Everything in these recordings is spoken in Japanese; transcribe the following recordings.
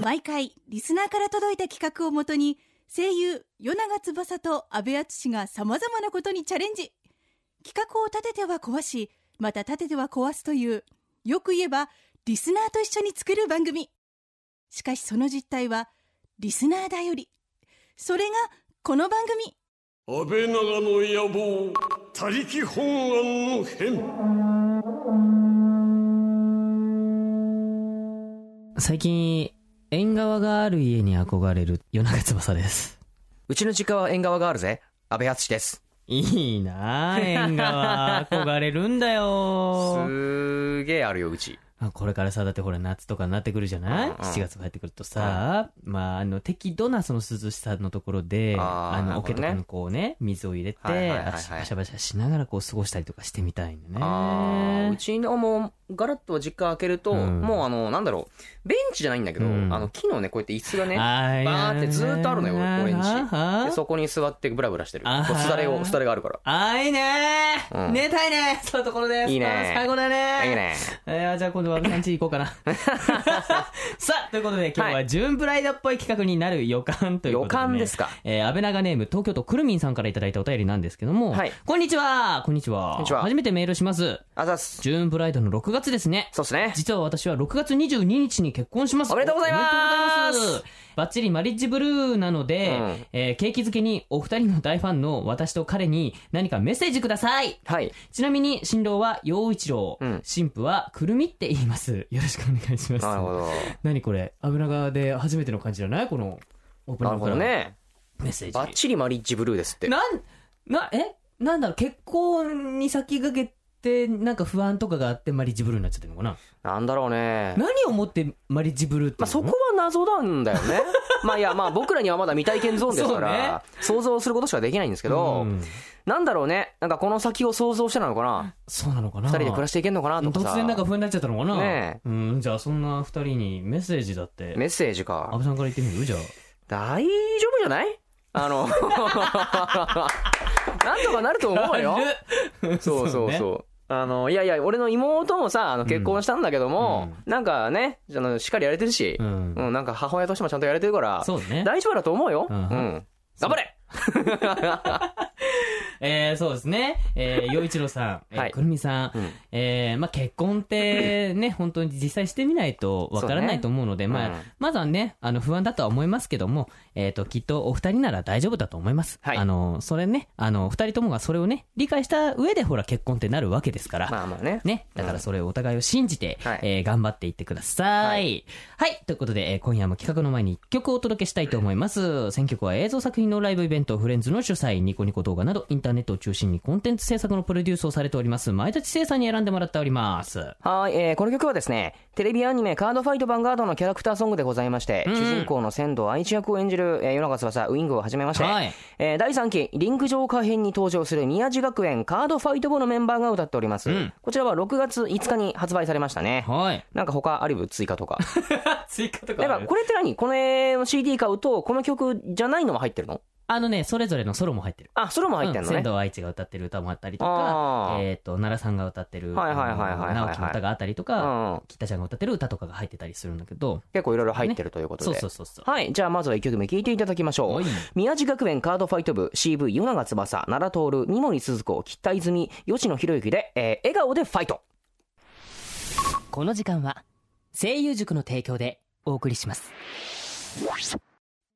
毎回リスナーから届いた企画をもとに声優与永翼と阿部淳がさまざまなことにチャレンジ企画を立てては壊しまた立てては壊すというよく言えばリスナーと一緒に作る番組しかしその実態はリスナーだよりそれがこの番組安倍長の野望他力本願の変最近、縁側がある家に憧れる夜中翼です。うちの実家は縁側があるぜ。安倍敦です。いいなあ縁側。憧れるんだよ。すげえあるよ、うち。あこれからさ、だってほら夏とかになってくるじゃない、うんうん ?7 月入ってくるとさ、まあ、あの、適度なその涼しさのところで、あーあなるの、ほど桶ねとかにこうね、水を入れて、はいはいはいはいあしバシャバシャしながらこう過ごしたりとかしてみたいんだね。あーうちのもう、ガラッと実家開けると、うんもうあの、なんだろう、ベンチじゃないんだけど、うんあの、木のね、こうやって椅子がね、あバーってずーっとあるのよ俺んちでち。そこに座ってブラブラしてる。あーこうすだれを、すだれがあるかあーいいねー、うん寝たいねーそういうところです。いいねあー最後だねら。ーいいね。えー、じゃあ今度は さんち行こうかな。さあ、ということで今日ははジューンブライドっぽい企画になる予感という予ことで、ね。感ですか。えー、安倍長ネーム、東京都くるみんさんからいただいたお便りなんですけども、はいこんにちはこんにちはこんにちは初めてメールします。あざっす。ジューンブライドの6月ですね。そうっすね。実は私は6月22日に結婚します。おめでとうございますおめでとうございますバッチリマリッジブルーなので、うんえーケーキ漬けにお二人の大ファンの私と彼に何かメッセージくださいはい。ちなみに新郎は陽一郎、うん新婦はくるみって言います。よろしくお願いします。なるほど。何これ油川で初めての感じじゃないこのオープニなンるグからほどのね。メッセージ。バッチリマリッジブルーですって。なん、な、えなんだろう結婚に先駆けてなんか不安とかがあってマリッジブルーになっちゃってるのかななんだろうね。何をもってマリッジブルーってまあ、言うそのこは謎なんだよ ね。まあいや、まあ僕らにはまだ未体験ゾーンですから、想像することしかできないんですけど、うんなんだろうね、なんかこの先を想像してなのかな、そうなのか二な人で暮らしていけんのかなとかさ、突然なんか不安になっちゃったのかなねうん、じゃあそんな二人にメッセージだって。メッセージ安か。倍さんから言ってみるじゃあ。大丈夫じゃない あの、なんとかなると思 うよ。そうそうねそう。あの、いやいや、俺の妹もさ、あの、結婚したんだけども、なんかね、あの、しっかりやれてるし、うんうん、なんか母親としてもちゃんとやれてるから、そうね。大丈夫だと思うよ。ううんん。頑張れえー、そうですね。 えー、洋一郎さん、えーはいくるみさん、うんえー、まあ結婚って ね、本当に実際してみないとわからそうなねいと思うので、まあ、うんまずはね、あの、不安だとは思いますけども、えっ、と、きっとお二人なら大丈夫だと思います。はいあの、それね、あの、二人ともがそれをね、理解した上で、ほら、結婚ってなるわけですから。まあまあね。ね。だからそれをお互いを信じて、はいえー頑張っていってください。は。はいということで、えー今夜も企画の前に1曲をお届けしたいと思います。選曲は映像作品のライブイベント、フレンズの主催、ニコニコ動画など、インターネットを中心にコンテンツ制作のプロデュースをされております、前立聖さんに選んでもらっております。はい、えーこの曲はですね、テレビアニメ、カードファイトヴァンガードのキャラクターソングでございまして、うん主人公の仙道愛知役を演じる、えー、与永翼、ウィングを始めまして、はいえー第3期、リンク上下編に登場する宮地学園カードファイト部のメンバーが歌っております。うんこちらは6月5日に発売されましたね。はい。なんか他ある部追加 とか。追加となんかこれって何これの CD 買うと、この曲じゃないのも入ってるのあのね、それぞれのソロも入ってる。あ、それも入ってんのうん仙ね。道愛知が歌ってる歌もあったりとかあ、ーえっ、と、奈良さんが歌ってる、はいはいはいはいはいはいあの直樹の歌があったりとうか、んうん、北ちゃんが歌ってる歌とかが入ってたりするんだけど、結構いろいろ入ってるということで。そうそうそうそう。はい、じゃあまずは1曲目聴いていただきましょはうい。宮地学園カードファイト部 CV 与永翼、奈良徹、三森鈴子、北泉、吉野博之で、えー笑顔でファイト。この時間は声優塾の提供でお送りします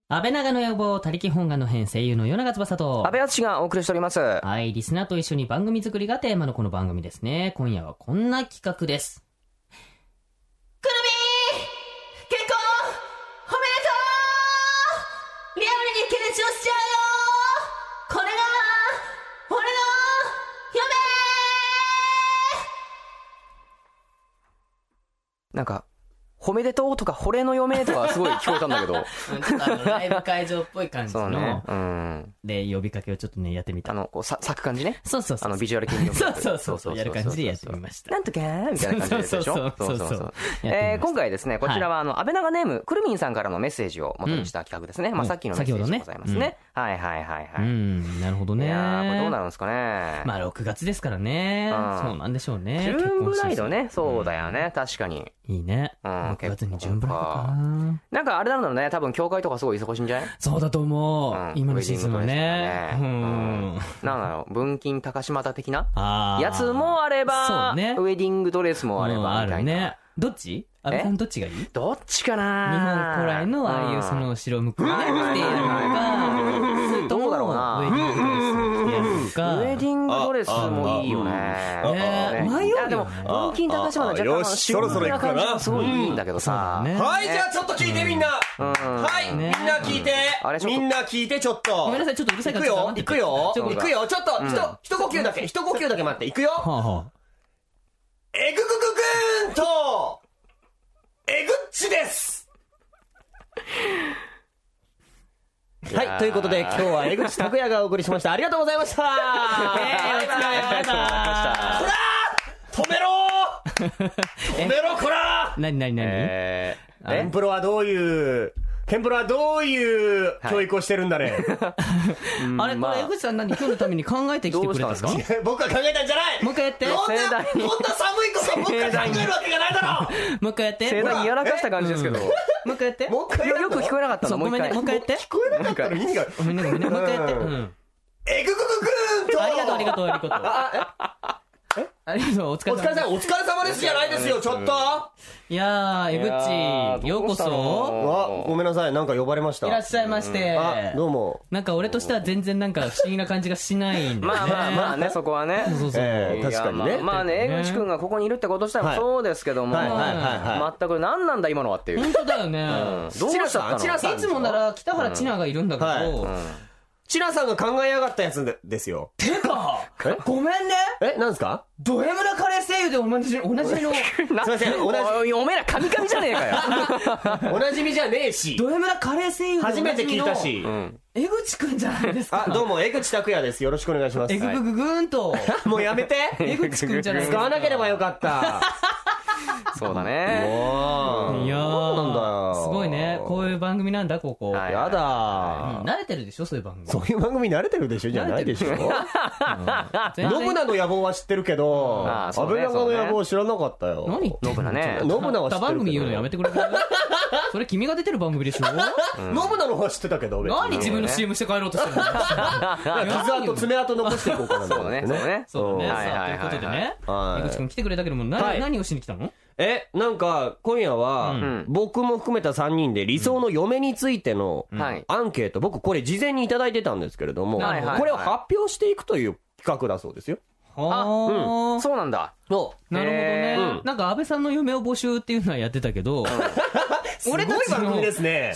安倍長の野望他力本願の編声優の与永翼と安倍淳がお送りしております。ははいリスナーと一緒に番組作りがテーマのこの番組ですね今夜はこんな企画 ですくるみ結婚おめでとうリアルに検証しちゃうよこれが俺のなんか、褒めでとうとか、惚れの嫁とかすごい聞こえたんだ けど。夢ちょっとあのライブ会場っぽい感じそうねの。うん。で呼びかけをちょっとねやってみたあの、こう、さ咲く感じね。そうそうそあうの、ビジュアル系に そうそうそうそうやる感じでやってみましたなんとかーみたいな感じでしそうそうそうそょうやってみましえたー今回ですね、こちらはあの、安倍長ネーム、くるみんさんからのメッセージを元にした企画ですね。まあ、さっきのメッセージでございますね。はいはいはいうはい。ん、なるほどいね。やーこれどうなるんですかね。まあ、6月ですからね。うんそうなんでしょうね。ジューンブライドね、結婚シーズンそうだよね、確かに。いいね。うん6月に結ジ婚ューンブライドか。なんかあれなんだろうね、多分教会とかすごい忙しいんじゃないそうだと思う。うん今のシーズンはね。ウェディうングドレスとかねん。なんだろう、文金高島田的なあーやつもあれば、そうねウェディングドレスもあれうんば、あみたるいな。ね。どっち安倍さんどっちがいい日どっちかな本古来のああいうその白むくをね、着ているのか、それともどうだろうなウェディングドレスを着てウやるのか。ェディングドレスもいいよね。あね迷うよねあでも、文金高島田ああ若よ干、しそ白ろそ的ろ行なくか感なじがすごいいいんだけどそうださ。ね。はい、じゃあちょっと聞いてみんな。はい、みんな聞いてあれ。ちょっみとんな聞いて、ちょっと。ごめんなさいちょっとうるさいからちょっと行黙ってくよ、ちょ行っくとよ、行くよ、ちょっと、ちょっと、一呼吸だけ、一呼吸だけ待って、行くよ。はあはえぐぐぐぐーんと、えぐっちですはい、ということで今日は江口拓也がお送りしました。ありがとうございま したえーお疲れ様でしたこらー止めろ ー止めろ、こらあ。なになになにえーケンプロはどういう、ケンプロはどういう教育をしてるんだね。あれ、これ江口さん何今日のために考えてきてくれたんですかどうも 僕は考えたんじゃないう一回やって。こんな、盛大こんな寒いこと僕が考えるわけがないだろもう一回やって。盛大にやらかした感じですけど。ようんもう一回やって。うもう一回やるのよく聞こえなかったそのうもごう一めんね、も回う。一回やって。聞こ えなかったら意味が。ごめんね、ごめんね、もう一回やって。うん。えぐぐぐぐーんとありがとう、ありがとう、ありがとう。ありがとう、お疲れお疲れ様です様、お疲れ様ですじゃないですよ、ちょっといやー、江口、ようこそ。あ、ごめんなさい、なんか呼ばれました。いらっしゃいまして。あ、どうも。なんか俺としては全然なんか不思議な感じがしないんで。まあまあまあね、そこはね。そうそう。ええ、確かにいやね。まあまあね、江口くんがここにいるってこと自体もそうですけども、はいはいはいは全く何なんだ今のはっていう。本当だよね。どうしちゃったのチラさんいつもなら北原千奈がいるんだけど、チラさんが考えやがったやつでですよ。てか、ごめんね。え、なんですかド M なカレー声優でおなじみ、 おなじみの、なすいません同じおいおめえら神々じゃねえか よ。おなじみじゃねえし。ド M なカレー声優でお初なめじてみ聞いのたし。江口くんじゃないですあ、か。どうも、江口拓也です。よろしくお願いしますえ。ぐぐぐぐーんと、 もうやめて江口くんじゃないです使か。わなければよかった。そうだね。 おいやそうなんだー、よ。すごいね。こういう番組なんだ、ここ。はいやうんだ。慣れてるでしょ、そういう番組。そういう番組慣れてるでしょじゃないでしょ全然信長の野望は知ってるけど、ああ安そうね倍長の野望知らなかったよ。何言ってんの信長ね信長は知ってるけど。他番組言うのやめてくれる それ君が出てる番組でしょ信長の方は知ってたけど、別に何自分の CM して帰ろうとして るの傷跡、爪痕残していこうかな。そうだね。そうだね。そうね、はいはいさあはいということでね、はい江口くん来てくれたけども何,、はい何をしに来たのえ、なんか、今夜は、ん僕も含めた3人で理想の嫁についてのはいアンケート、僕これ事前にいただいてたんですけれども、はいはいはいこれを発表していくという企画だそうですよ。あ、うそうなんだ。なるほどね、えーなんか安倍さんの嫁を募集っていうのはやってたけ ど俺たちのすね。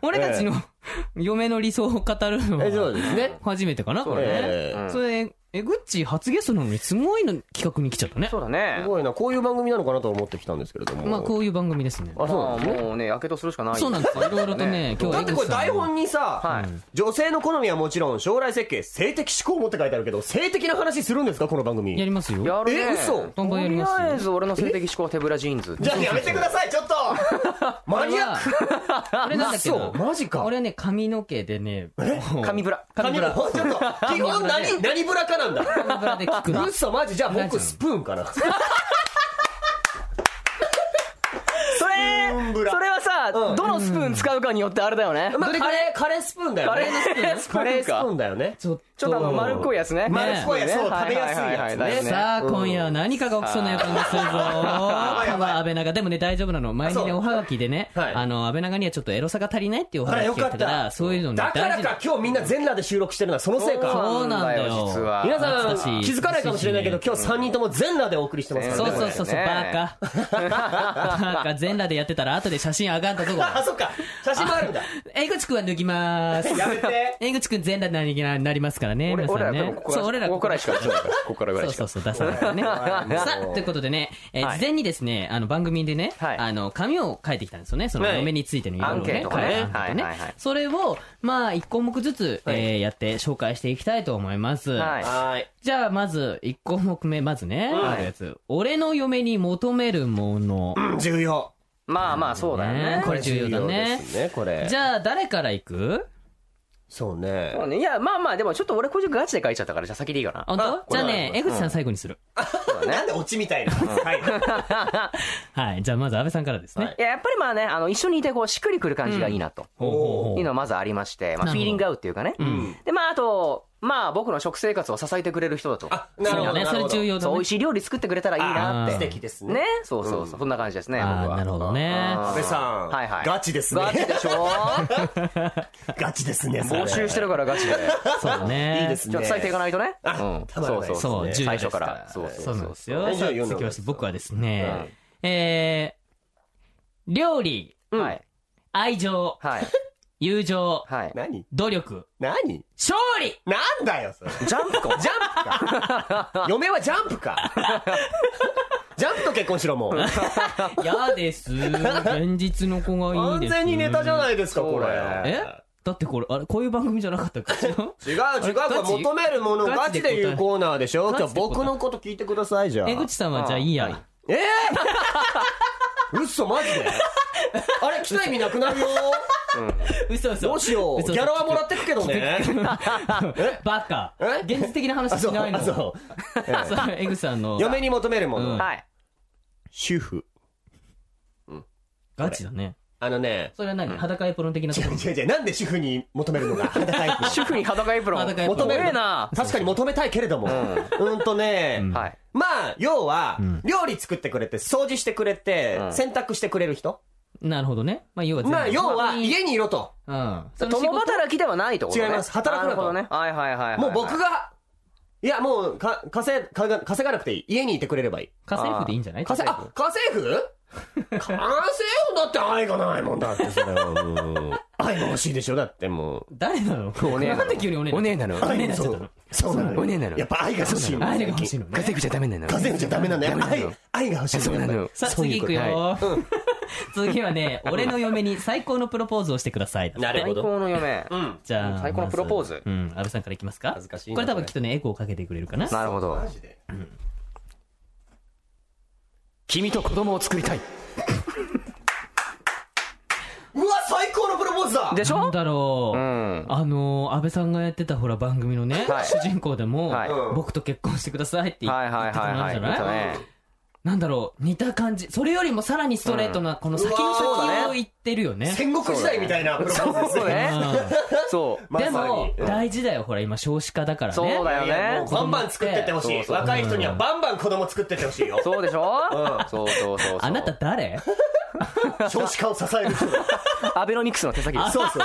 俺たちの嫁の理想を語るのえそうはですね。初めてかなこれね、えうんそれえぐっち初ゲストなのにすごいの企画に来ちゃったねそうだえすね。ごいな、こういう番組なのかなと思ってきたんですけれども。まあこういう番組ですねあ、そうなんですね。もうね、やけどするしかない。そうなんですよいろいろとね今日だっは江て口これさん台本にさ、はい女性の好みはもちろん将来設計性的思考もって書いてあるけど性的な話するんですかこの番組やりますよやるね。え嘘バンバンやりますよとりあえず俺の性的思考は手ぶらジーンズ。じゃあやめてくださいちょっと マニアックあれなんだっけな嘘マジか俺ね髪の毛でね髪ぶら。髪の毛ちょっと基本何 何ブラかなんだ髪ブラで聞くの嘘マジじゃあ僕スプーンか なそれ、それはさ、どのスプーン使うかによってあれだよね。まあカレーカレースプーンだよカねレーのスプーカンレースプかー。ンだよねちょっとちょっとあの丸っこいやつね。丸っこいやつそうね食べやすいやつねははははさあ、今夜は何かが起きそうな予感が するぞ。カバー安倍長。でもね、大丈夫なの。前にね、そうおはがきでね、はいあの、安倍長にはちょっとエロさが足りないっていうおはあらがよきがか来ってたから、たそういうのね、だから大事か今日みんな全裸で収録してるのはそのせいかそうなんだよ実は。皆さ懐んかしい気づかないかもしれないけど今日3人とも全裸でお送りしてますかそうらねそうそうそう、バーカ。バーカ、全裸でやってたら後で写真上がんだとこ。あそっか写真もあるん だ 江口くんは脱ぎまーす。やめて江口くん全裸になりますからね、俺皆さ俺らん多ね分こ。こかそう、俺ららここからしか出さないからここからぐらいしそかうそうそう、出さないから ね。さあ、ということでね、えーはい事前にですね、あの、番組でね、はいあの、紙を書いてきたんですよね。その、はい嫁についてのいろいろアンケーねト、書ねいてあるんではいはいねはい。それを、まあ、一項目ずつ、えーやって紹介していきたいと思います。はいはいじゃあ、まず、一項目目、まずね、はいあるやつ。俺の嫁に求めるもの。重要まあまあそうだよねねこれ重要だねですねこれじゃあ、誰から行くそうねそうねいやまあまあでもちょっと俺これガチで書いちゃったからじゃあ先でいいかな本あ当じゃあこれはありねます江口さん最後にする、そうだなんねでオチみたいなはいはいじゃあまず安倍さんからですね、はい いややっぱりまあねあの一緒にいてこうしっくりくる感じがいいなと、ほうほうほういうのはまずありまして、まあ、なフるほどィーリング合うっていうかね、んでまああとまあ僕の食生活を支えてくれる人だとあなるそほうどねなそるれほど重要だそう美ね味しい料理作ってくれたらいいなっあてー素敵ですねねそうそうそう、そんな感じですね僕あーはなるほどねあー安倍さん、はいはいガチですねガチでし ょガチですねそれ募集してるから ガチでそうだねいいですちょっと伝えていかないとね、うん、たまらないですねそう、ね重要最です初かからら。そうそうそうなんですよ。そうさあ重要な続んきでますして、僕はですね、えー、料理、はい愛情、はい友情、はい何努力、何勝利なんだよそれジャンプかジャンプ か嫁はジャンプかジャンプと結婚しろも う 嫌です。現実の子がいい完です。。全にネタじゃないいですかこれそうだえだってこれ、あれ、こういう番組じゃなかっ たっけ違う違うこれガチ求めるものをガチで言うコーナーでしょガじゃあチで答え僕のこと聞いてくださいじゃあ江口さんはじゃあいいや。ええー、嘘マジであれ来た意味なくなるよ嘘嘘。どうしよう嘘ギャラはもらってくけどね バカえ。現実的な話あそしうないの。あ そうそうええ江口さんの。嫁に求めるも うんのはい主婦ガチだね。あのねそれは何裸エプロン的なところ。違う違うなんで主婦に求めるのが肌タイプ主婦に裸エプロン裸エプロ求ンめ怖えるな確かに求めたいけれどもうんとね、うんはいまあ要は、うん料理作ってくれて掃除してくれて、うん洗濯してくれる人なるほどね。まあ、要は全部、まあ要は家にいろとうん。その仕共事働きではないってことね違います働くななるとほどねはいはいはいはいもう僕がいやもうか稼いかが稼がなくていい家にいてくれればいい家政婦でいいんじゃない家政あ家政婦家政婦だって愛がないもんだってそれはもう愛が欲しいでしょだっても誰なのお姉なのなんで急にお姉なのお姉なのう愛がそお姉になっちゃったのうそうなのよお姉なのやっぱ愛が欲しいのあれが欲しいの家ね。政婦じゃダメなの家政婦じゃダメなんだよダメなの愛愛が欲しいそうなのやっぱさあ、そうい次う行こくとよ。 次はね、俺の嫁に最高のプロポーズをしてください。なるほ最ど高の嫁うんじゃあ、最高のプロポーズまずうん、安倍さんからいきますか。恥ずかしいなこれ多こ分れきっとね、エコーをかけてくれるかな。なるほどマジで君と子供を作りたいうわ最高のプロポーズだでしなんょだろう。うんあのー、安倍さんがやってたほら番組のね、はい主人公でも、はい僕と結婚してくださいって言っはいはい言ってたのあはるいじゃはいない、ねなんだろう、似た感じ。それよりもさらにストレートな、この先うのわー先を言ってるよね。戦国時代みたいなプロポーズですそうねねうんそうまでさにも、大事だよ、ほら、今、少子化だからね。そうだよいやもねうバンバン作ってってほしそういそう若い人にはバンバン子供作ってってほしいよそうでしょそうそうそうそうあなた誰少子化を支え る人だアベノミクスの手先ですそうそう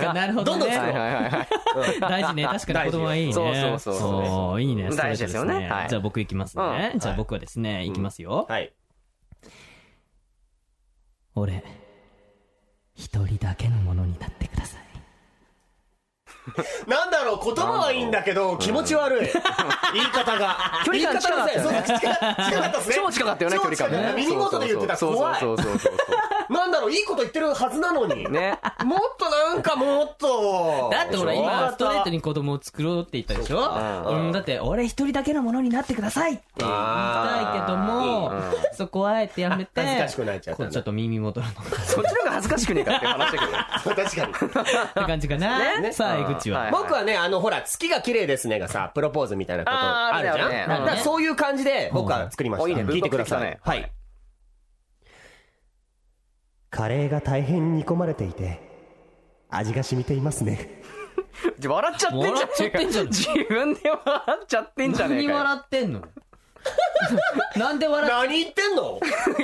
そうなるほどどんどん作はいろね。うはいはいはい大事ね。確かに子供はいいね。大事そうそうそうそうそういいね。ストレート大事ですよねはいじゃあ僕行きますね。うんじゃあ僕はですね、行きますよ。はい俺、一人だけのものになってください。なんだろう言葉はいいんだけど気持ち悪い言い方が距離感近かったよね言い方がそう近かったですね超近かったよね距離超感近かねった耳元で言ってたそう怖いそうそうそうそうなんだろういいこと言ってるはずなのにねもっとなんかもっとだって俺でしょ今、ストレートに子供を作ろうって言ったでしょうんうんだって俺一人だけのものになってくださいって言いたいけども、そこはあえてやめて、恥ずかしくなっちゃったこんうだちょっと耳元のとこそっちの方が恥ずかしくねえかっていう話だけ ど 確かにって感じかな。ねさあ、江口はは。い 僕はねあのほら月が綺麗ですねがさプロポーズみたいなことあーあるじゃんあるよねだからそういう感じで僕は作りましたおいいね聞いてくださ文い学的だはいカレーが大変煮込まれていて味が染みていますね笑っちゃってんじゃ笑っちゃってんじゃん自分で笑っちゃってんじゃね何えか笑ってんの なんで笑っ何言ってんのよ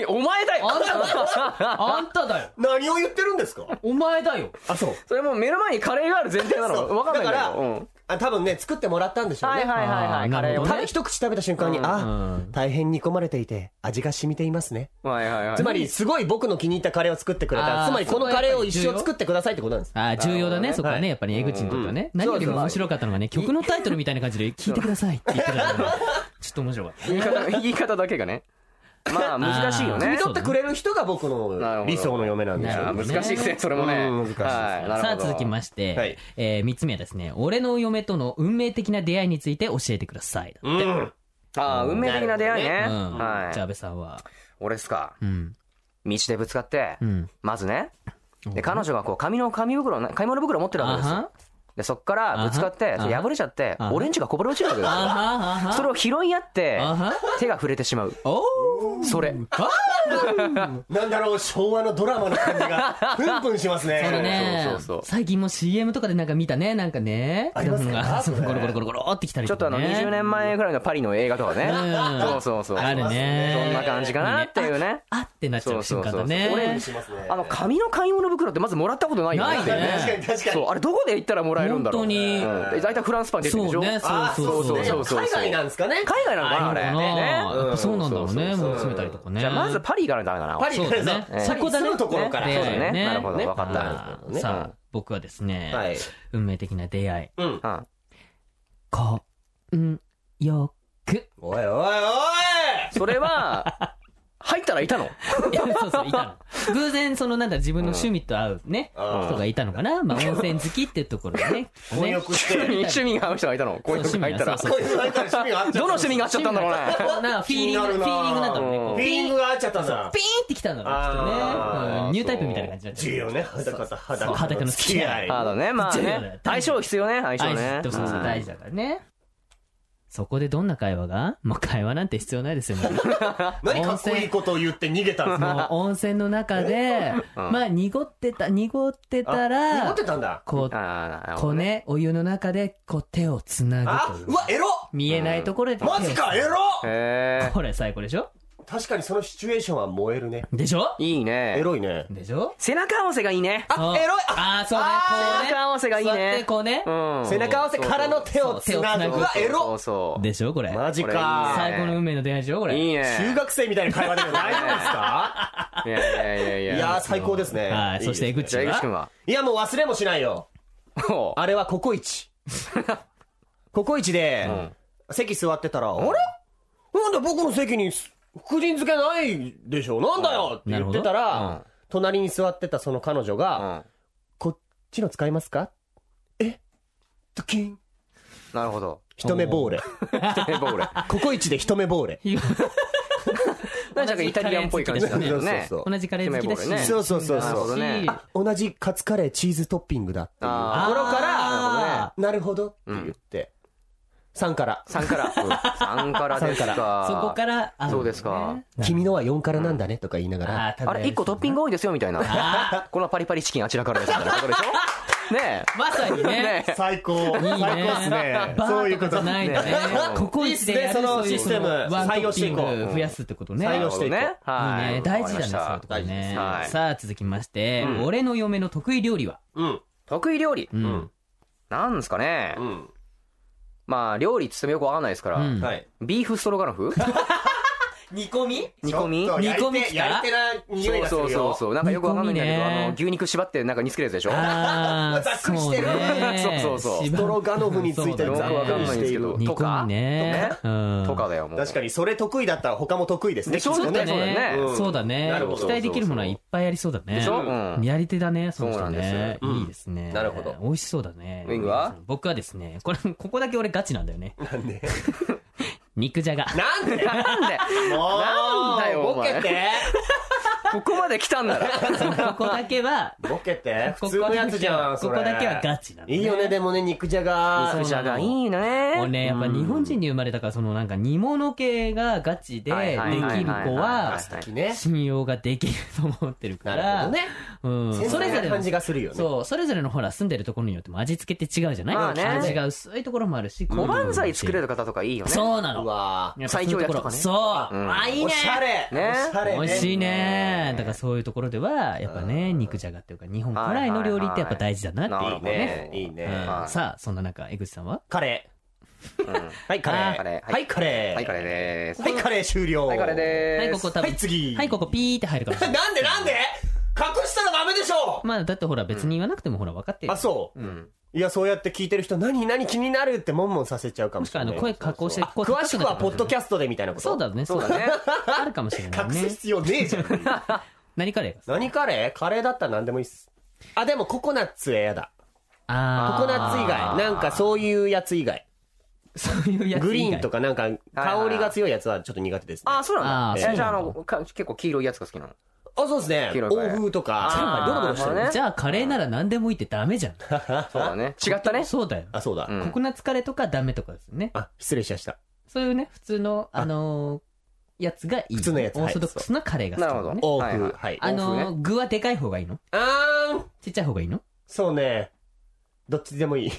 お前だよあんた、あんただよ。何を言ってるんですかお前だよ。あそうそれもう目の前にカレーがある前提なそのうわかんないんだだから、ようんあ多分ね作ってもらったんでしょうね、はいはいはいはあーいカレーを食なねるべ一口食べた瞬間に、あ、大変煮込まれていて、味が染みていますね。はいはいはいつまり、すごい僕の気に入ったカレーを作ってくれあーた。つまり、このカレーを一そう生作ってくださいってことなんです。あー重要だね、そこははね、いやっぱり江口にとってはね。何よりそうもそう面白かったのがね、曲のタイトルみたいな感 じで、聞いてくださいって言ってたのがねちょっと面白かった。言い方言い方だけがねまあ難しいよあー汲ねみ取ってくれる人が僕なるほどの理想の嫁なんでしなょうるほねどね難しいですねそれもねうん難しいですねはいなるほさあど続きましはいて、えー三つ目はですね、俺の嫁との運命的な出会いについて教えてください。だってうん。ああ運命的な出会いねうん。じゃあは安い倍さんは。俺っすかうん。道でぶつかってうん。まずねで彼女がこう紙の紙袋な買い物袋を持ってるわけですあはよでそっからぶつかっあてはそれ破れちゃってあはオレンジがこぼれ落ちるわけですあよはあはそれを拾い合ってあは手が触れてしまうおーそれあなんだろう、昭和のドラマの感じ が、プンプンしますね。そうだねそうそうそう最近も CM とかでなんか見たねなんかねありますかがそれゴロゴロゴロゴロってきたりちょっとあのね20年前ぐらいのパリの映画とかねうんそうそうそうあるねそんな感じかなっていうねあってなっちゃう瞬間だねそうそうそうしますね。あの紙の買い物袋ってまずもらったことないよねっていうないね確かに確かに。 そうあれどこで行ったらもらえるんだろう本当にうんで大体フランスパン出てるでしそょうねそうそうそうあそうそうそう海外なんですかね。海外なのかなあれあねやっぱそうなんだろうねうんもう詰めたりとかねじゃあまずパリ行かないとダメだなパリそうだねからさそこだね住むところから。ね出会いそうだねなるほどね分かったあーなるほどねさあ僕はですね、はい。運命的な出会いうん。うんこんよくおいおいおいそ れは入ったらいたの そうそういたの偶然そのなんだ自分の趣味と合うね、うん人がいたのかな、まあ、温泉好きっていうところでね婚約し 急にて。趣味が合う人がいたのこういうの入ったらそどうこいつ入ったら趣味が合っちゃのった趣味が合っちゃったんだろ うねこうなフィー気にリングなるフィなーリングなんだろうねこうフィーリングが合っちゃったんだピ。ーンってきたんだろうねきっとねあー、うんニュータイプみたいな感じだった重要ね。裸とそう裸裸のの付付きき合合いい。あのねまあ重要だよね相性必要ね相性ね大事そうそううん大事だからねそこでどんな会話が もう会話なんて必要ないですよ もう何かっこいいことを言って逃げたんですかもう温泉の中で、まあ濁ってた濁ってたあら濁ってたんだ。こうあーなるほこどうねお湯の中でこう手をつなあぐといううわ、エロ見えないところで手をマジか、エロへこれ最高でしょ確かにそのシチュエーションは燃えるね。でしょえいいエねロいね。でしょ背中合わせがいいねあエロいああそうねこうね背中合わせがいいね座ってこうねうん背中合わせからの手をつなそうそう手をつなぐ。ぐうわ、エそロうそうでしょこれマジこれいいねか。最高の運命の出会いでしょこれいいね中学生みたいな会話でも大丈夫ですかいやいやいやいいややー、最高ですね。はいそしてい江いですね口じゃあ江口 君ははいや、もう忘れもしないよ。ほうあれはココイチ。ココイチで、席座ってたら、あれなんで僕の席にす福神漬けないでしょなんだよって言ってたなるほらど、隣に座ってたその彼女うが、んこっちの使いますかえドキン。なるほど一目ぼうれ。 で僕俺ココイチで一目ぼうれ。なんかイタリアンっぽい感じだね。同じカレー好きですよね同じカレー好きだし、ねそうそうそうそうなるほどねあ同じカツカレーチーズトッピングだっていうとあーころかあら、なるほどって言って、3から。 3から。3からです三か。そこからあそうですか。君のは4からなんだねとか言いながら、あーあれ、1個トッピング多いですよ、みたいな。このパリパリチキンあちらからです、みたいなことでしょねまさにえ。ねねえ。最高。いいね最高っすね。バそういーうとこかじとゃないんだねそういうことねここ一でいいやるっすねそういうそのシステムワン採用していこうトッピング増やすってことね採用なるしほてどいこうね。はいいいね大事だねそういうとこわかりましねたはいさあ続きまして、うん俺の嫁の得意料理は、うん。得意料理。うんうんなんですかねう。ん。まあ、料理って言ってもよくわかんないですから。うんはい。ビーフストロガ ノフ煮込み煮込みちょっと焼いて煮込み来た焼いてな匂いがするよ。そうそうそう。なんかよくわかんないんだけ煮ど、込みねあの、牛肉縛ってなんか煮つけるやつでしょ ああざっくりしてるそうそうそうストロガノフについてよはくざっわかくんりないんしでてすいけるど。。煮と込かみねとかうんとかだよ、もう。確かにそれ得意だったら他も得意ですね。でしょきっとだよねうんそうだねなるほど期待できるものはいっぱいありそうだねでしょうん。やり手だね、そのそう人なんですね。うんいいですね。なるほど美味しそうだね。ウィングは僕はですね、これ、ここだけ俺ガチなんだよね。なんで肉じ ゃが。なんで なんで もうなんだよおボ前ケてここまで来たん なら。ここだけは、ボケてこ普 こ通のやつじゃんこそこれだけはガチなんだねいいよねでもね肉じゃが肉じゃがいいね。もうね、やっぱ日本人に生まれたから、そのなんか煮物系がガチで、ではいはいはいはいきる子は、好きね信用ができると思ってるかなるら、ほどねうん、そそれれぞぞれれの感じがするよねそう、それぞれのほら、住んでるところによっても味付けって違うじゃない、まあね味が薄いところもあるし、おばんざい作れる。る方とかいいよね。そうなの。わやっぱそういうろ最強そう。うんあ、いいねおしゃれねおしゃれね美味しいねだからそういうところではやっぱね肉じゃがっていうか日本古来の料理ってやっぱ大事だなってはいいはいいういいねいいうんねはいさあそんな中江口さんはカレうんはーはいカレあーーカレーはいカレーい、カレーでーす。はいカレー終了はい、カレーでーす。はいここ多は分い次はいここピーって入るか もしれ ないなんでなんで隠したらダメでしょまあだってほら別に言わなくてもほら分かってるあそううん。いやそうやって聞いてる人何何気になるってモンモンさせちゃうかももししくはれなあのい声加工してあ詳しくはポッドキャストでみたいなことそうだねそそううだだねね。あるかもしれない隠ねす必要ねえじゃ ん何カレーが何カレーカレーだったら何でもいいっす。あ、でもココナッツは嫌だ。コあコナッツ以外。なんかそういうやつ以外。ーそういうやつ以外グリーンとかなんかはいは香いりが強いやつはちょっと苦手ですね、あ、そうなんあだ。ーえそうなんだじゃあ、あの、か結構黄色いやつが好きなの。あ、そうですね。黄色い欧カレー風とあか、ードロドロしてるなるほどねね。じゃあカレーなら何でもいいってダメじゃん。そうだね。違ったね。そうだよ。あ、そうだ。うんココナッツカレーとかダメとかですよね。あ、失礼しました。そういうね、普通の、あのーやつがいい。普通のやつオーソドックスなカレーが好きななるほのどね。。多くはいはいはいあ欧風のー具はでかい方がいいのあーん、ちっちゃい方がいいのそうね。どっちでも いい。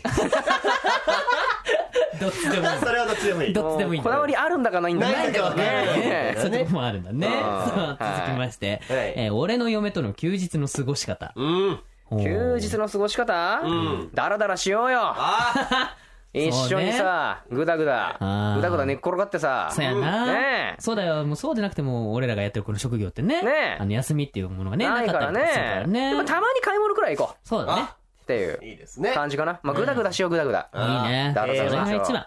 どっちでもいい。それはどっちでもいい。どっちでもいいんこだだわりあるんだかないんだないんだかわかんないねねそういうとこもあるんだね。 うんそうはい続きまして、はいえー俺の嫁との休日の過ごし方。うん。休日のの過ごし方んダラダラしようよあ一緒にさ、ぐだぐあだー、ぐだぐだ寝っ転がってさ、そうやな、ねえそうだよ。もうそうでなくても、俺らがやってるこの職業ってね。ねえあの、休みっていうものがね、なないかかったりらとかするからね。ね。でもたまに買い物くらい行こうそうだね。っていういいですね。感じかな。まあ、ぐだぐだしよう、ぐだぐだ。あいいね。だらだらそれが一番。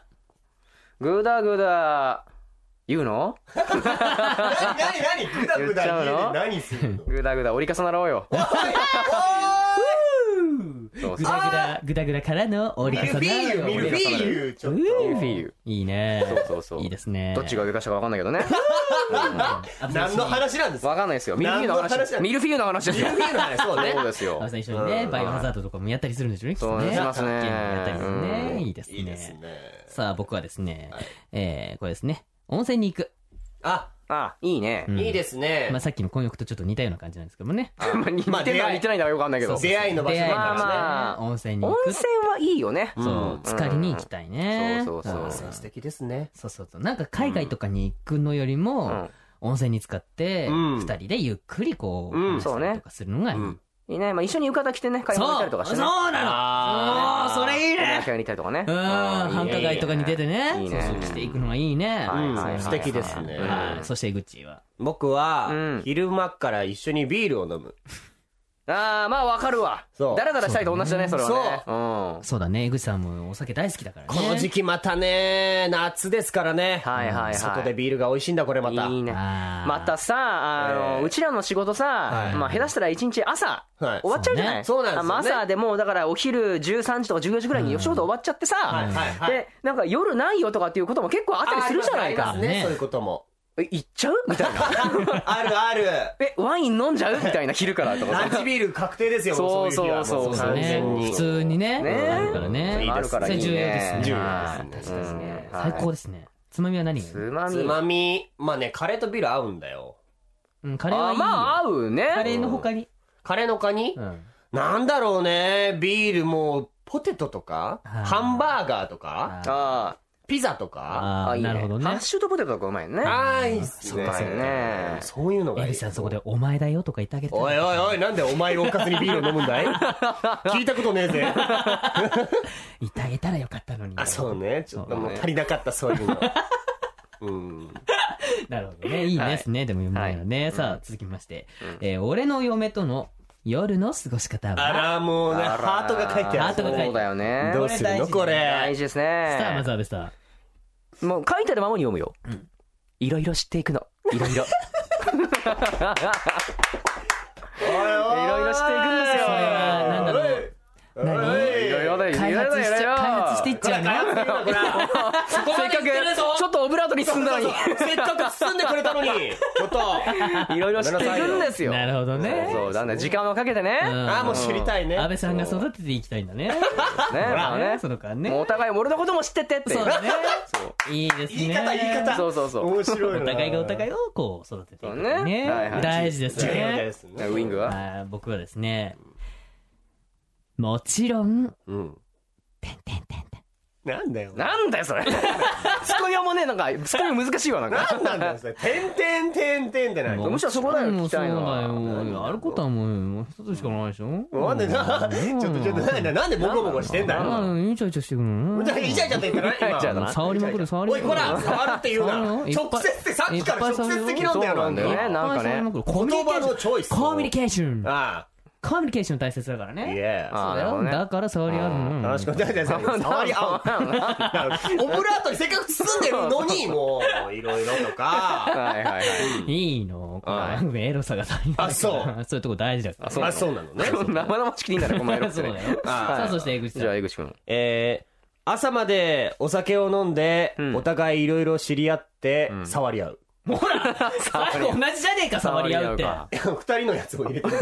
ぐだぐだ、言うのなになにぐだぐだ家で何す るのぐだぐだ折り重なろうよ。そうぐそう。だぐだ、ぐだぐだからの折り重ミルフィなーユ、るミルよフィーユ、ちょっミルフィーユ。いいね。そうそうそう。いいですね。どっちが上か下か分かんないけ どね。あと。何の話なんですか分かんないですよ。ミルフィーユの何の話話。ミルフィーユの話ですよ。ミルフィーユの話そうねそうです青よ木。さん一緒にね、うんバイオハザードとかもやったりするんでしょうね。そうきっとねしますねやったりするね。うん いいですね。いいですね。さあ、僕はですね、えー、これですね。温泉に行く。あ、あ、いいね。うんいいですねまあ、。さっきの混浴とちょっと似たような感じなんですけどもね。 まあ似てまあ出んだ会い似てないんだかよくわかんないけど。出会いの場所出会いのなん場です所ねねまあまあ温泉に温行く。泉はいいよね。そう、うん疲れに行きたいね。そうそうそうん温泉素敵ですね。そうそうそう。なんか海外とかに行くのよりも、うん温泉に使って、うん二人でゆっくりこう、うん話したりとかするのがいい。そうねいいね。まあ一緒に浴衣着てね、買い物行ったりとかしてね。そうなあのそうそれいいおね腹に行ったりとかね。うん、繁華街とかに出てね、いいねそうそうしていくのがいいね。はいうんはいはい素敵ですねはいそして、グッチーは。僕うはん、昼間から一緒にビールを飲む。ああ、まあわかるわ。そうダラダラしたいと同じだね、それはね。うん。そうだね、江口さんもお酒大好きだからね。この時期またね、夏ですからね。はいはいはい外でビールが美味しいんだ、これまた。いいね。あーまたさ、あの、えーうちらの仕事さ、いまあ下手したら一日朝、はい終わっちゃうじゃないそうねそうなんですよねあまあ朝でもうだからお昼13時とか14時ぐらいにお仕事終わっちゃってさ、はいはいはいで、なんか夜ないよとかっていうことも結構あったりするじゃないあかり。ますねね、そういうことも。 え行っちゃうみたいな。あるある。え、ワイン飲んじゃうみたいな昼からとかラさンチビール確定ですよ、そもううそういう日は。そうそうもそうう完だね全に。普通にね、ねあるからね。いいあでるすからいいね。それ重要ですね重要ですねね最高ですね。つまみは何がいいつまみ。つまみ、まあね、カレーとビール合うんだよ。うん、カレーはあいいよ。まあ合うね。カレーの他に。カレーのカニうん。なんだろうね、ビールもう、ポテトとか、あーハンバーガーとか、ああピザとか。あああ、ー、いいね。なるほどハねッ。シュドポテトとかうまいよね。あーいいっすそうねかそうか。そういうのが江いい。口さん、そこでお前だよとか言ってあげて。おいおいおい、なんでお前のおかずにビールを飲むんだい聞いたことねえぜ。言ってあげたらよかったのに。あ、そう。ね。ちょっともうそうね足りなかった、そういう の。うん。なるほどね。いいですね。でも読めないよね。さあ、続きまして。えー、俺の嫁との夜の過ごしあ方は。ら、もうね、あらハートが書いてある。ハートが書いてあるそうだよね。どうするのこ大れ。事ですさあ、まねず。はベスタもう書いてあるままに読むよ。いろいろ知っていくの。いろいろ。おいおいいろいろ知っていくんですよそれはなんだろうおい何おいいろいろだよ。開発しちゃ、開発していっちゃうのせっせっかく、ちょっとオブラートに包んだのに。かく包んでくれたのにちょっといろいろ知っていくんですよ。なるほどねそうそう、なんだ、時間をかけてね。うんああもう知りたいね安倍さんが育てていきたいんだね。ね、まあねねそ。の間ね。もうお互い俺のことも知ってってっていそうう。だね。そういいですね。言い方言い方そうそうそう。面白いおな互いがお互いをこう育てていくそうねはいはいね。大事です重要でね。すねねウィングはあー僕はですね、もちろん、うんてんてんてんてん。なんだよなんだよ、それ。ツッコミはもうね、なんか、ツッコミ難しいわ、なんか。なんなんだよそれてんてんてんてんってないむしろそこだよもう聞きたいのはそうだよ。あることはもう一つしかないでしょ。なんでなちょっとちょっとなんでなんでモコモコしてんだようんイチャイチャしてくるのじゃあイチャイチャって言ってないイチャイチャ今だな触りまくる、触りおまいくる。こら触るって言うな触直るの接ってさっきからいっぱい直接的なそんうだよなんだよね、なんかね。コミュニ言葉ケーシのョン。チョイスコミュニケーション。あコミュニケーション大切だからあいね。えあーなるほどねだから触り合うの。楽しくないです触り合うオブラートにせっかく包んでるのにもういろいろとかはいはいはい。いいの。この番組エロさが足りないから。あそう そういうとこ大事だから。うなのあそうなのね 生々しくていいんだね、この野郎って そうねだよ。あーさあ、そして江口じゃさあ、ん。江口くん。 えー朝までお酒を飲んで、うんお互いいろいろ知り合って、ん触り合う。ほら最後同じじゃねえかサマリアウって触り合うか 二人のやつを入れてる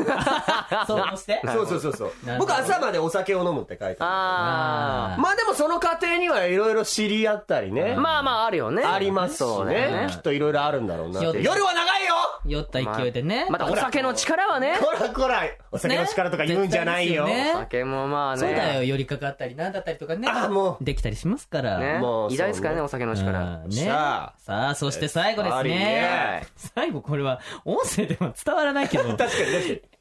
そ うしてそうそうそうそうなるほど僕朝までお酒を飲むって書いてああるまあでもその過程にはいろいろ知り合ったりねあ。まあまああるよね。ありますしそうだよねきっといろいろあるんだろうなってよ夜は長いよ酔った勢いでね、またお酒の力はね。 こらこらお酒の力とか言うんじゃないよね絶対ですお酒もまあね。そうだよ寄りかかったりなんだったりとかねあもできたりしますからね。もうそう偉大ですからね、お酒の力。うんねささあそして最後ですねありね最後これは音声では伝わら ないけど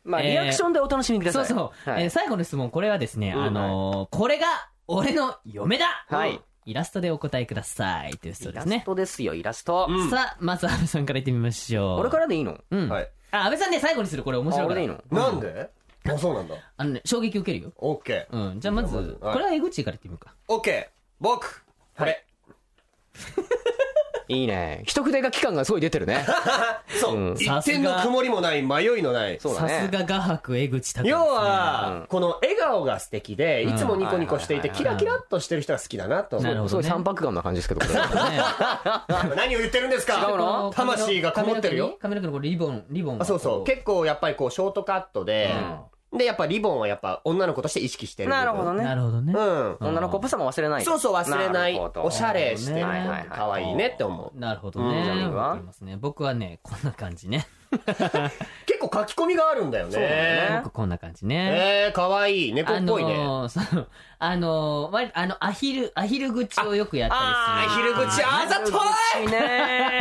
まあ、えーリアクションでお楽しみくださそい。うそう、はいえー最後の質問これはですね、んあのーこれが俺の嫁だ、はいイラストでお答えくださいという質問イでラすねストですよ、イラスト。んさあまず安部さんからいってみましょう俺からでいいのうん、はいあ安部さんね最後にするこれ面あ白いから俺でいいのなんであそうなんだあのね衝撃受けるよオッケーうんじゃあまずじゃあまずはいこれは江口からいってみようかオッケー僕これいいね。一筆が期間がすごい出てるね。そうさ一すが点の曇りもない迷いのないそうださね。すが画伯江口拓要うんはこの笑顔が素敵でいつもニコニコしていてうんキラキラっとしてる人が好きだなと思なるうほすどごねい三白眼な感じですけど、 これ何を言ってるんですか違うの魂がこもってるよ髪の毛に髪の毛のこれリボンリボンあそうそう結構やっぱりこうショートカットででやっぱリボンはやっぱ女の子として意識してる部分なるほど構なね。るほどねうん女の子っぽさも忘れない。そうそう忘れないなるほどおしゃれしてるなるほどね可愛いねって思うなるほどねうんじゃあ右はわかりますね僕はねこんな感じね結構書き込みがあるんだよそうねだね僕こんな感じねえー可愛い猫あっぽいねのーそうあのー割あのアヒルアヒル口をよくやったりする昼口あざといいいね。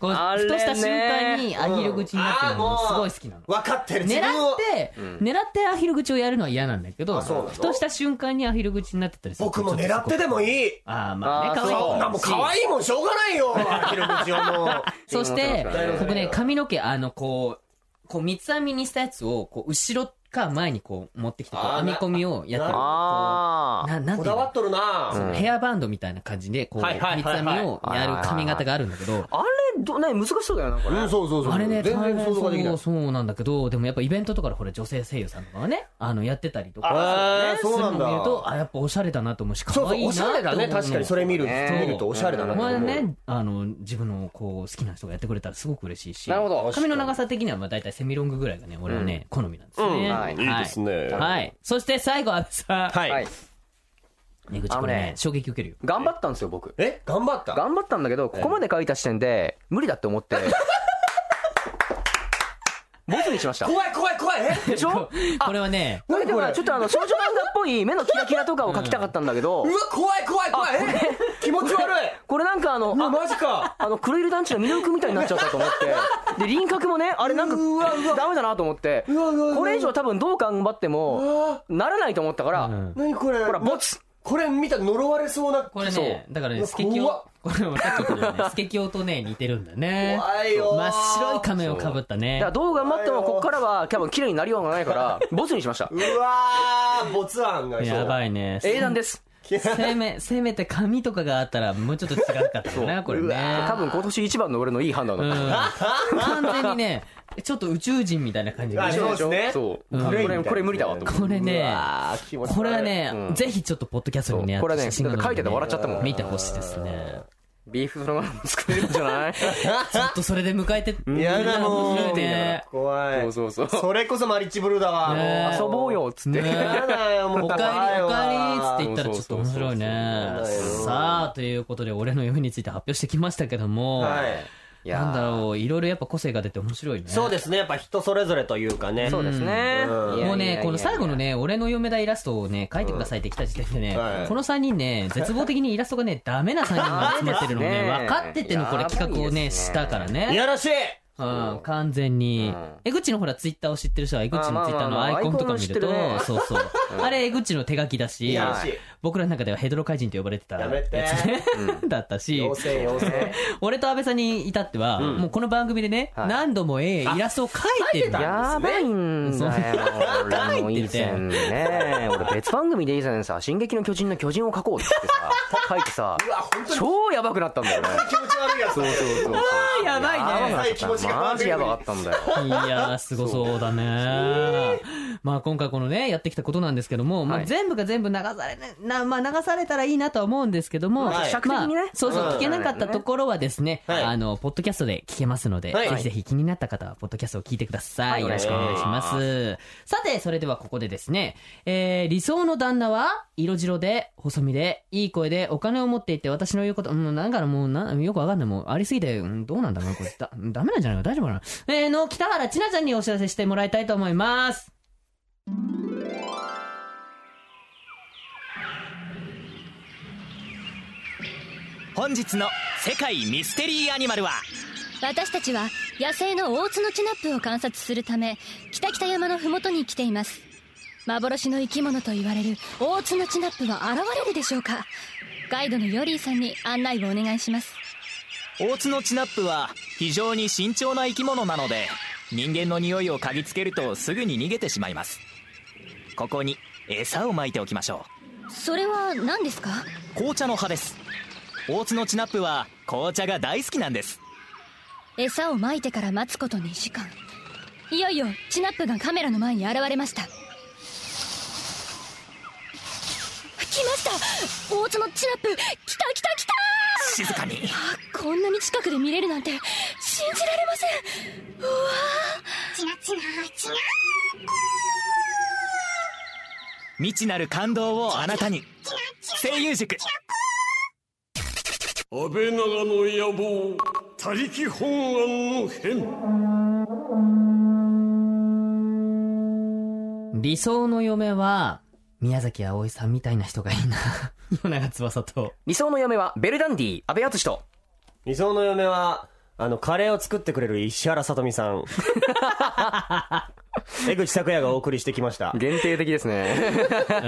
こうあれふねとした瞬間にアヒル口になってるのうんあーもうがすごい好きなの分かってる狙自分っをて狙ってアヒル口をやるのは嫌なんだけどあそうなのふとした瞬間にアヒル口になってたりすると僕も狙ってでもいいいああまあねあ可ー愛いそんなもう可愛いもんしょうが ないよ昼口をもう そしいいてものだからね、僕ね、髪の毛、あの、こう、こう、三つ編みにしたやつを、こう、後ろか前にこう、持ってきて、こうあー編み込みをやってる。あな、なんこていだうわのっとるなそのヘアバンドみたいな感じで、こう、はいはい三つはいはい編みをやる髪型があるんだけど、あ。あれ、ど、ね、難しそうだよな、これ。うんそうそうそうあれね、全然想像ができなそ、いうそうなんだけど、でもやっぱイベントとかでほら、女性声優さんとかがね、あの、やってたりとか、あーするそうのなをん見ると、だあ、やっぱおしゃれだなと思うし、そ可うそ愛いうなおしゃれだねと思うの確かにそれ見るね見るとおしゃれだなおと思前うね、あの、自分のこう、好きな人がやってくれたらすごく嬉しいし。なるほど髪の長さ的には、まあ大体セミロングぐらいがね、俺はね、好みなんですよね。うんはいいいですねはい。そして最後、安部さん。はいはい。ね、口これね、衝撃受けるよ。頑張ったんですよ、僕。え頑張った頑張ったんだけど、ここまで書いた時点で、無理だって思って、ボツにしました。怖い怖い 怖いえでしょこれはね、だからちょっとあの少女漫画っぽい目のキラキラとかを描きたかったんだけどうわ、怖い怖い怖いえ気持 ち悪いこれなんかあの、うわあマジかあの、黒色団地のミノル君みたいになっちゃったと思って、で、輪郭もね、あれなんか、ダメだなと思って、うわうわうわこれ以上多分どう頑張っても、ならないと思ったから、うん何これほら、ボツこれ見たら呪われそうなこれそうね、だからうね、わスケキ怖っオ、これもさっき言ったよね、スケキオとね、似てるんだね。怖いよー真っ白い髪をかぶっただねから。どう頑張っても、ここからは多分綺麗になりようがないから、ボツにしました。うわー没案がやばいね。英断です。せめ、せめて髪とかがあったら、もうちょっと違かったかな、これね。多分今年一番の俺のいい判断だった。うん完全にね、ちょっと宇宙人みたいな感じあがねそうですねそう。うんこれ、これ無理だわと思って。これねうわー気持ち悪いこれはね、うんぜひちょっとポッドキャストにね、そうこれね写真が載書いてて笑っちゃったもん見てほしいですね。ビーフそのまま作れるんじゃ ないちょっとそれで迎え て、やだも面白いうね。怖いそうそうそう。それこそマリッチブルーだわね遊ぼうよっつって。ねやだよもうおかえり、怖いわおかえりっつって言ったらちょっと面白いねそうそうそうそう。さあ、ということで、俺の嫁について発表してきましたけども、はいいやーなんだろう、いろいろやっぱ個性が出て面白いね。そうですねやっぱ人それぞれというかねそうですね。うんいやいやいやいやもうね、この最後の、ね、俺の嫁だイラストをね、書いてくださいって来た時点でね、はいこの3人ね、絶望的にイラストがね、ダメな3人が集まってるのね、 ダメですね分かっててのこれ企画をね、したからいね。やらしいうん、完全にうん。江口のほら、ツイッターを知ってる人は、江口のツイッターのあまあまあまあアイコンとか見るとアイコンも知、そうそう。あれ、江口の手書きだいしやら、しい僕らの中ではヘドロ怪人と呼ばれてたやめてやつね だったし、妖精妖精俺と安倍さんに至っては、もうこの番組でね、はい何度もええイラストを書いてるんだやばいんだよ。俺も以前ね、俺別番組で以前さ、進撃の巨人の巨人を書こうっつってさ、書いて さ、うわ本当に超やばくなったんだよね。気持ち悪いやつそうそうそうそう。やばいねやばかったマジやばかったんだよ。いやー、すごそうだね。まあ今回このね、やってきたことなんですけども、まはあい全部が全部流されね、な、まあ流されたらいいなとは思うんですけども、まあま尺的にねあそうそう、うん聞けなかったところはですね、はいあの、ポッドキャストで聞けますので、はいぜひぜひ気になった方は、ポッドキャストを聞いてください。はいよろしくお願いします。さて、それではここでですね、えー、理想の旦那は、色白で、細身で、いい声で、お金を持っていて、私の言うこと、うん、なんかもうな、よくわかんない。もう、ありすぎて、うん、どうなんだろうなこれ、だ、ダメなんじゃないか大丈夫かなえー、の、北原千奈ちゃんにお知らせしてもらいたいと思います。本日の「世界ミステリーアニマル」は私たちは野生の大角チナップを観察するため北北山の麓に来ています幻の生き物と言われる大角チナップは現れるでしょうかガイドのヨリーさんに案内をお願いします大角チナップは非常に慎重な生き物なので人間の匂いを嗅ぎつけるとすぐに逃げてしまいますここに餌をまいておきましょそれは何ですかう紅茶の葉です大角チナップは紅茶が大好きなんです餌をまいてから待つこと2時間いよいよチナップがカメラの前に現れました来ました大角チナップ来た来た来た静かにこんなに近くで見れるなんて信じられませんうわ未知なる感動をあなたに声優塾安倍長の野望他力本願の変理想の嫁は、宮崎葵さんみたいな人がいいな。 夜長翼と。理想の嫁は、ベルダンディ、安倍敦と。理想の嫁は、あの、カレーを作ってくれる石原さとみさん。江口拓也がお送りしてきました。限定的です ね。う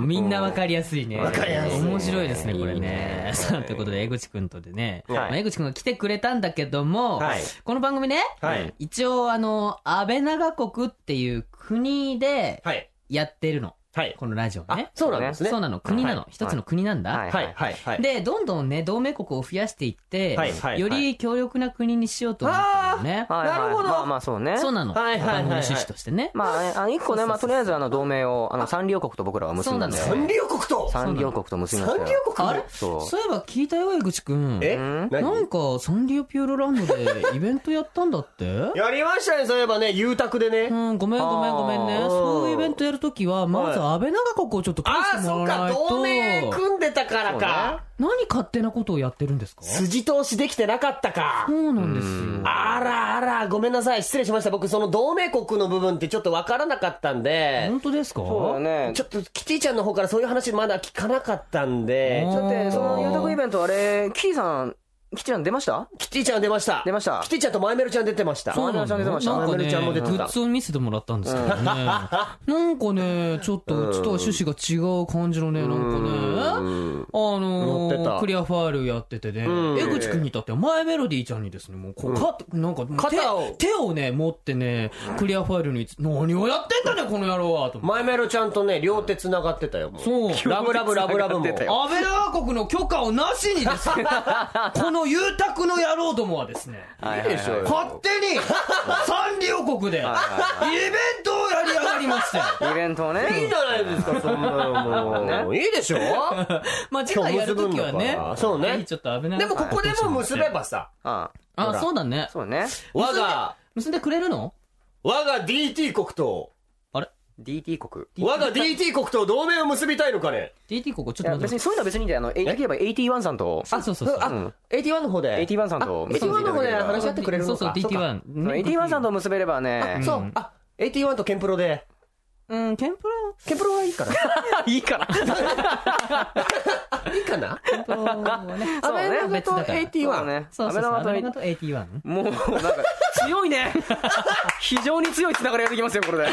ん、みんなわかりやすいね。わかりやすい面白いですね、これいいねね。さあ、ということで、江口くんとでね、はいまあ江口くんが来てくれたんだけども、はいこの番組ね、はい。一応、あの、安倍長国っていう国ではい。やってるの。はい。このラジオね。そうなんですそうなの、国なの。は一つの国なんだ。はいはい。はい。はい。で、どんどんね、同盟国を増やしていって、はいはいはいより強力な国にしようと思ったのね。はいはいなるほどまあまあそうね。そうなの。はいはいはいはい番組の趣旨としてね。まあ、あの、一個ね、まあとりあえずあの、同盟を、あの、三両国と僕らは結んだんだそうよ。三両国と三両国と結びまし三た両よ。国あれそそういえば聞いたよ、江口くん。えん何なんか、サンリオピューロランドでイベントやったんだってやりましたね、そういえばね、ゆ宅でねう。ん、ごめんごめんごめんね。あーそういうイベントやるときは、まず安倍長国をちょっと返してもらわないと、んでたからか。何勝手なことをやってるんですかそ筋通しできてなかったか。うなんですよ。あらあら、ごめんなさい、失礼しました。僕、その同盟国の部分ってちょっとわからなかったんで、本当ですかう。そうだね。ちちょっとキティちゃんの方からそういう話まだ聞かなかったんうでん、ょっと待って、その、ゆうたくイベントあれ、キーさん、キチさん出ましたキティちゃん出ました。出ましたキティちゃんとマイメルちゃん出てました。そうなんだ前な々んちゃんもか出ね、てた前々ちグゃんも出てたッズを見せてもらったんですけどね。なんかね、ちょっとうちとは趣旨が違う感じのね、なんかね、あの乗ってー、たクリアファイルやっててね、ん江口くんに至っては前メロディーちゃんにですね、もうこう、か、なんか、肩を手手をね、持ってね、クリアファイルに、何をやってんだね、この野郎は、と思って。マイメルちゃんとね、両手繋がってたよ、もう。そう。ラブラブラブラブも。あ安倍長国の許可をなしにです ね、この遊託の野郎どもはですね、はいはいはい勝手に、サンリオ国で、イベントをやり上がりま したよ。イベントをね。いいじゃないです か、そんなのもう。いいでしょまあ、次回やるとき はね今日結ぶんだから。そうねぜひちょっと危ない。でもここでも結べばさ、ああ、そうだねあ、。そうね。我が、結んでくれるの我が DT 国と、 DT 国。我が DT 国と同盟を結びたいのかね ?DT ここちょっいや、と待っ別て。にそういうのは別にで、あの、えできれば81さんと、あ、そうそうそう。あ、81の方で。 81さんとあ結んでいただけれ81のば方で話し合ってくれるのか。そうそう、そうか DT1。 81さんと結べればね、そう。あ、81とケンプロで。うん、ケンプロ、ケンプロはいいかないいから。いいかなケンプロはね。そアメうね長別とだから。 81ね。そうそうそう、アアメメリ長カとと AT1。もう、なんか、強いね。非常に強い繋がりができますよ、これで。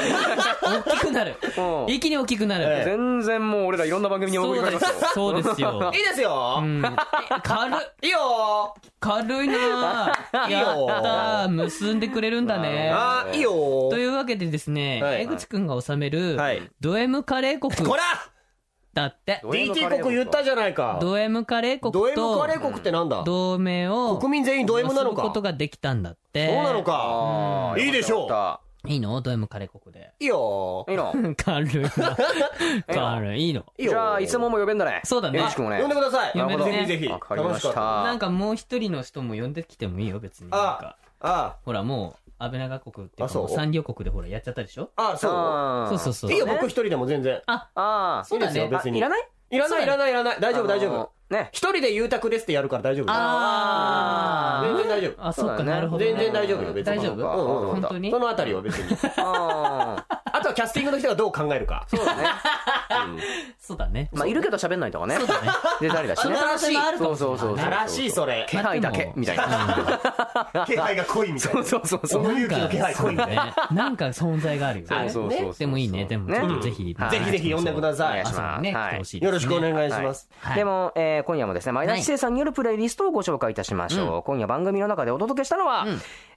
大きくなる。うん一気に大きくなる。全然もう俺らいろんな番組に送そりうかでれますすよ。そうですよい。いですよう。ん、え軽い、いいよ軽いな ぁ。いいよやったー結んでくれるんだね。あー、いいよというわけでですね、はい江口くんが治めるはい、ド M カレー国こらだって、 !DT 国言ったじゃないか。ド M カレー国ド M とカレー国ってなんだ同盟を国民全員ド M なの結ぶことかができたんだって。そうなのかあーいいでしょうよかったいいのド M カレーここ で。いいよいいの軽いな。 軽い。いいの。いいよじゃあ、いつもも呼べんだね。そうだねよろしくもね。呼んでください呼んでくださいぜひぜひわかりまし。楽しかったなんかもう一人の人も呼んできてもいいよ、別に。なんかああほら、もう、安倍長国っていうあか、そうもう三両国でほら、やっちゃったでしょああそあーそうそうそうう。いいよ僕一人でも全然ああ。そうだいいですねよ。別にあいらないいらないいらないいらない大丈夫大丈あ夫のね。一人でゆうたくですってやるから大丈夫あ全ー然大丈夫あ、そっか、そうだねなるほどね。全然大丈夫よ別に大丈夫うんうんうん本当にそのあたりは別にああ。あとはキャスティングの人がどう考えるかそうだね。そうだね。まあ、いるけど喋んないとかね。そうだね。で、誰だしね。らしいそうそうそうそう。素晴らしいそれ気配だけ、みたいな。気配が濃いみたいなそうそうそう。その勇気なのん気か配そ濃ういみただいなねなんか存在があるよそうね。そうそうそう。でもいいね。でも、ちょっとぜひ、はいぜひぜひ呼んでくださいお願いしますね、来てほしいですねよろしくお願いしますはいでも、えー今夜もですね、前田知世さんによるプレイリストをご紹介いたしましょう。今夜番組の中でお届けしたのは、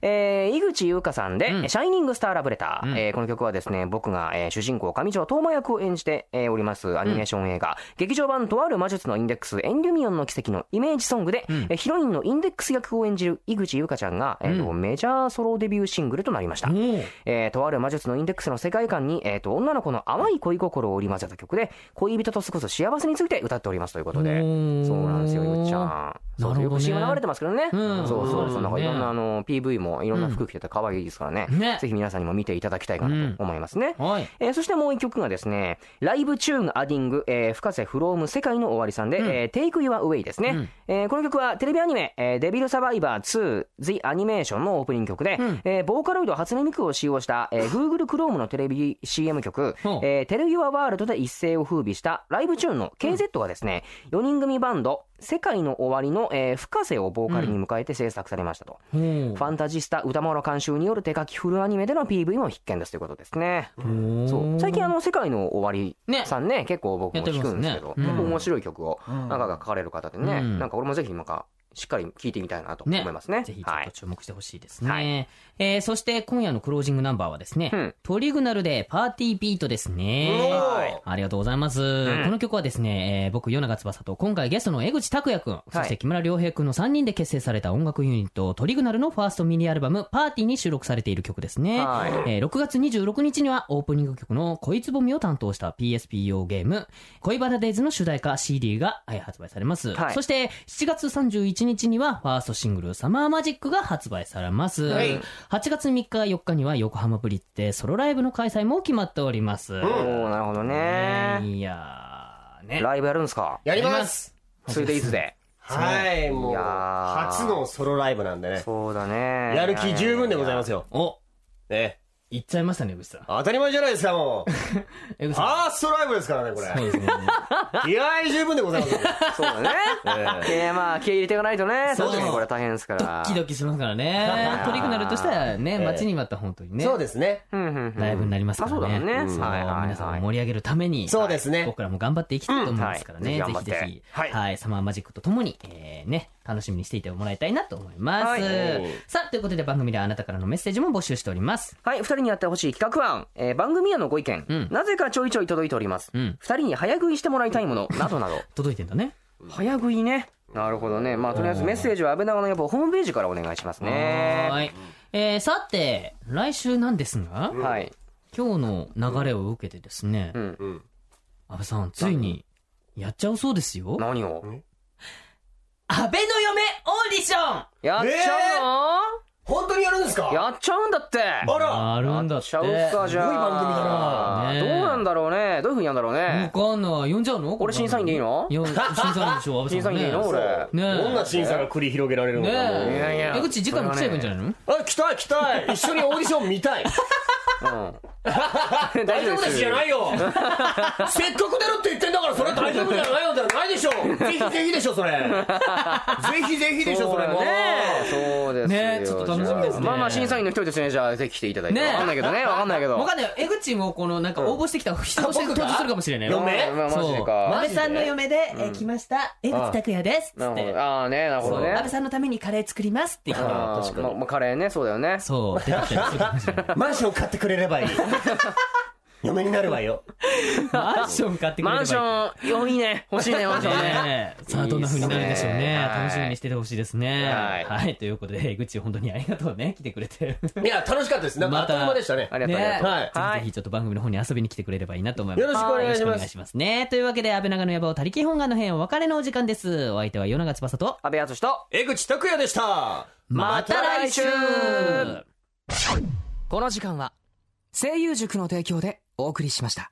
えー井口優香さんで、うんシャイニングスターラブレター。うんえーこの曲はですね、僕が、えー主人公上条東馬役を演じて、えーおりますアニメーション映画、劇場版とある魔術のインデックス、エンリュミオンの奇跡のイメージソングで、んえーヒロインのインデックス役を演じる井口優香ちゃんが、えーとメジャーソロデビューシングルとなりました。おーえーとある魔術のインデックスの世界観に、えーと女の子の淡い恋心を織り交ぜた曲で恋人と過ごす幸せについて歌っておりますということでおーそうなんですよゆっちゃんそうなるほどねよく CM 流れてますけどね、うんそうそうそうなんかいろんねなあの PV もいろんな服着てて可愛いですからね,、うんねぜひ皆さんにも見ていただきたいかなと思いますね、はい。えーそしてもう一曲がですね、ライブチューンアディング、えー、深瀬フローム世界の終わりさんで、えー Take Your Away ですね、うんえーこの曲はテレビアニメ、えーデビルサバイバー2 The Animation のオープニング曲で、んえーボーカロイド初音ミクを使用した、えー Google Chrome のテレビ CM 曲、ほうえー、Tell Your World で一世を風靡したライブチューンの KZ がですね、4人組バンド、世界の終わりの、えー深瀬をボーカルに迎えて制作されましたと。おーファンタジスタ歌丸監修による手書きフルアニメでの PV も必見ですということですね。そう最近あの「世界の終わり」さんね結構僕も聞くんですけどやってますねうん面白い曲を中が書かれる方でね、うんなんか俺もぜひなんかしっかり聞いてみたいなと思ねいますねぜひちょはっとい、注目してほしいですね。はいえーそして今夜のクロージングナンバーはですね、うんトリグナルでパーティービートですね。ありがとうございます。この曲はですね、えー僕、与永翼と今回ゲストの江口拓也くん、そして木村良平くんの3人で結成された音楽ユニット、トリグナルのファーストミニアルバム、パーティーに収録されている曲ですね。はいえー6月26日にはオープニング曲の恋つぼみを担当した PSP 用ゲーム、恋バナデイズの主題歌 CD がえー発売されます。はいそして7月31日にはファーストシングルサマーマジックが発売されます。8月3日4日には横浜ブリッジでソロライブの開催も決まっております。おーなるほどねねいやーね。ライブやるんですかやりますそれでいつではいもいうやー初のソロライブなんでねそうだねやる気十分でございますよよお、ね行っちゃいましたね、江口さん。当たり前じゃないですかもう江口フさん。ァーストライブですからねこそうれですね。気合十分でございますよそうだね えーまあ気合い入れていかないとねそう確かにこれ大変ですかドらッキドキしますから ね。トリグナルとしたらね、待ちに待った本当にね。そうですねうんうんうんライブになりますからね。あそうだもんねそうはいはいはい皆さんを盛り上げるために、そうですね僕らも頑張っていきたいと思いますからね。うんはいぜひぜぜひひ、はい、サマーマジックとともに、えーね、楽しみにしていてもらいたいなと思います。はいさあ、ということで番組ではあなたからのメッセージも募集しております。はい、二人にやってほしい企画案、えー番組へのご意見、んなぜかちょいちょい届いております。う二、ん人に早食いしてもらいたいもの、などなど。届いてんだね。早食いね。なるほどね。まあ、とりあえずメッセージは安倍長の予防ホームページからお願いしますね。はーい。えー、さて、来週なんですが、はい。今日の流れを受けてですね、うんん安倍さん、ついに、やっちゃうそうですよ。何を安倍の嫁オーディションやっちゃうの、本当にやるんですかやっちゃうんだってあらあるんだっ。やってちゃうか、じゃすあ。ごい番組だなねえどうなんだろうね。どういうふうにやるんだろうわね。かんない。呼んじゃうの俺審査員でいいのいや、審査員でしょ、安倍審さ査ん員ね。でいいの俺。ねえどんな審査が繰り広げられるのねかもういやいやえ。江口、次回も来ちゃえばいいんじゃないのあ来たい来たい一緒にオーディション見たいうん大丈夫ですじゃないよせっかく出るって言ってんだからそれは大丈夫じゃないよじゃないでしょぜひぜひでしょそれぜひぜひでしょそれも そうですよねえちょっと楽しみですねまあまあ審査員の一人ですねじゃあぜひ来ていただいてねえわかんないけどねわかんない けどわかんないよ。江口もこの、なんか応募してきた人として登場するかもしれないよ。嫁まあまあマジそう。か安倍さんの嫁で、えー来ました。江口拓也です。つなるっほてど。ああねなるほそどう。ね安倍さんのためにカレー作りますって言ったら。あーまあまあカレーねそうだよね そう、出てきたりするかもしれない。マンション買ってくれればいい嫁になるわよ。マンション買ってくれればいいマンション、よいいね。欲しいね、マンションね。ねえさあどんな風になるんでしょういいっすねねはい楽しみにしててほしいですねはいはいということで口本当にありがとうね来てくれていや、楽しかったです。なんかあっという間でしたね。ありがとう、ありがとう。はいぜひはぜひちょっと番組の方に遊びに来てくれればいいなと思いますよろしくお願いしますはよろしますねというわけで安倍長の野望他力本願の編お別れのお時間ですお相手は与永翼と安倍敦と、江口拓也でした。また来週この時間は声優塾の提供でお送りしました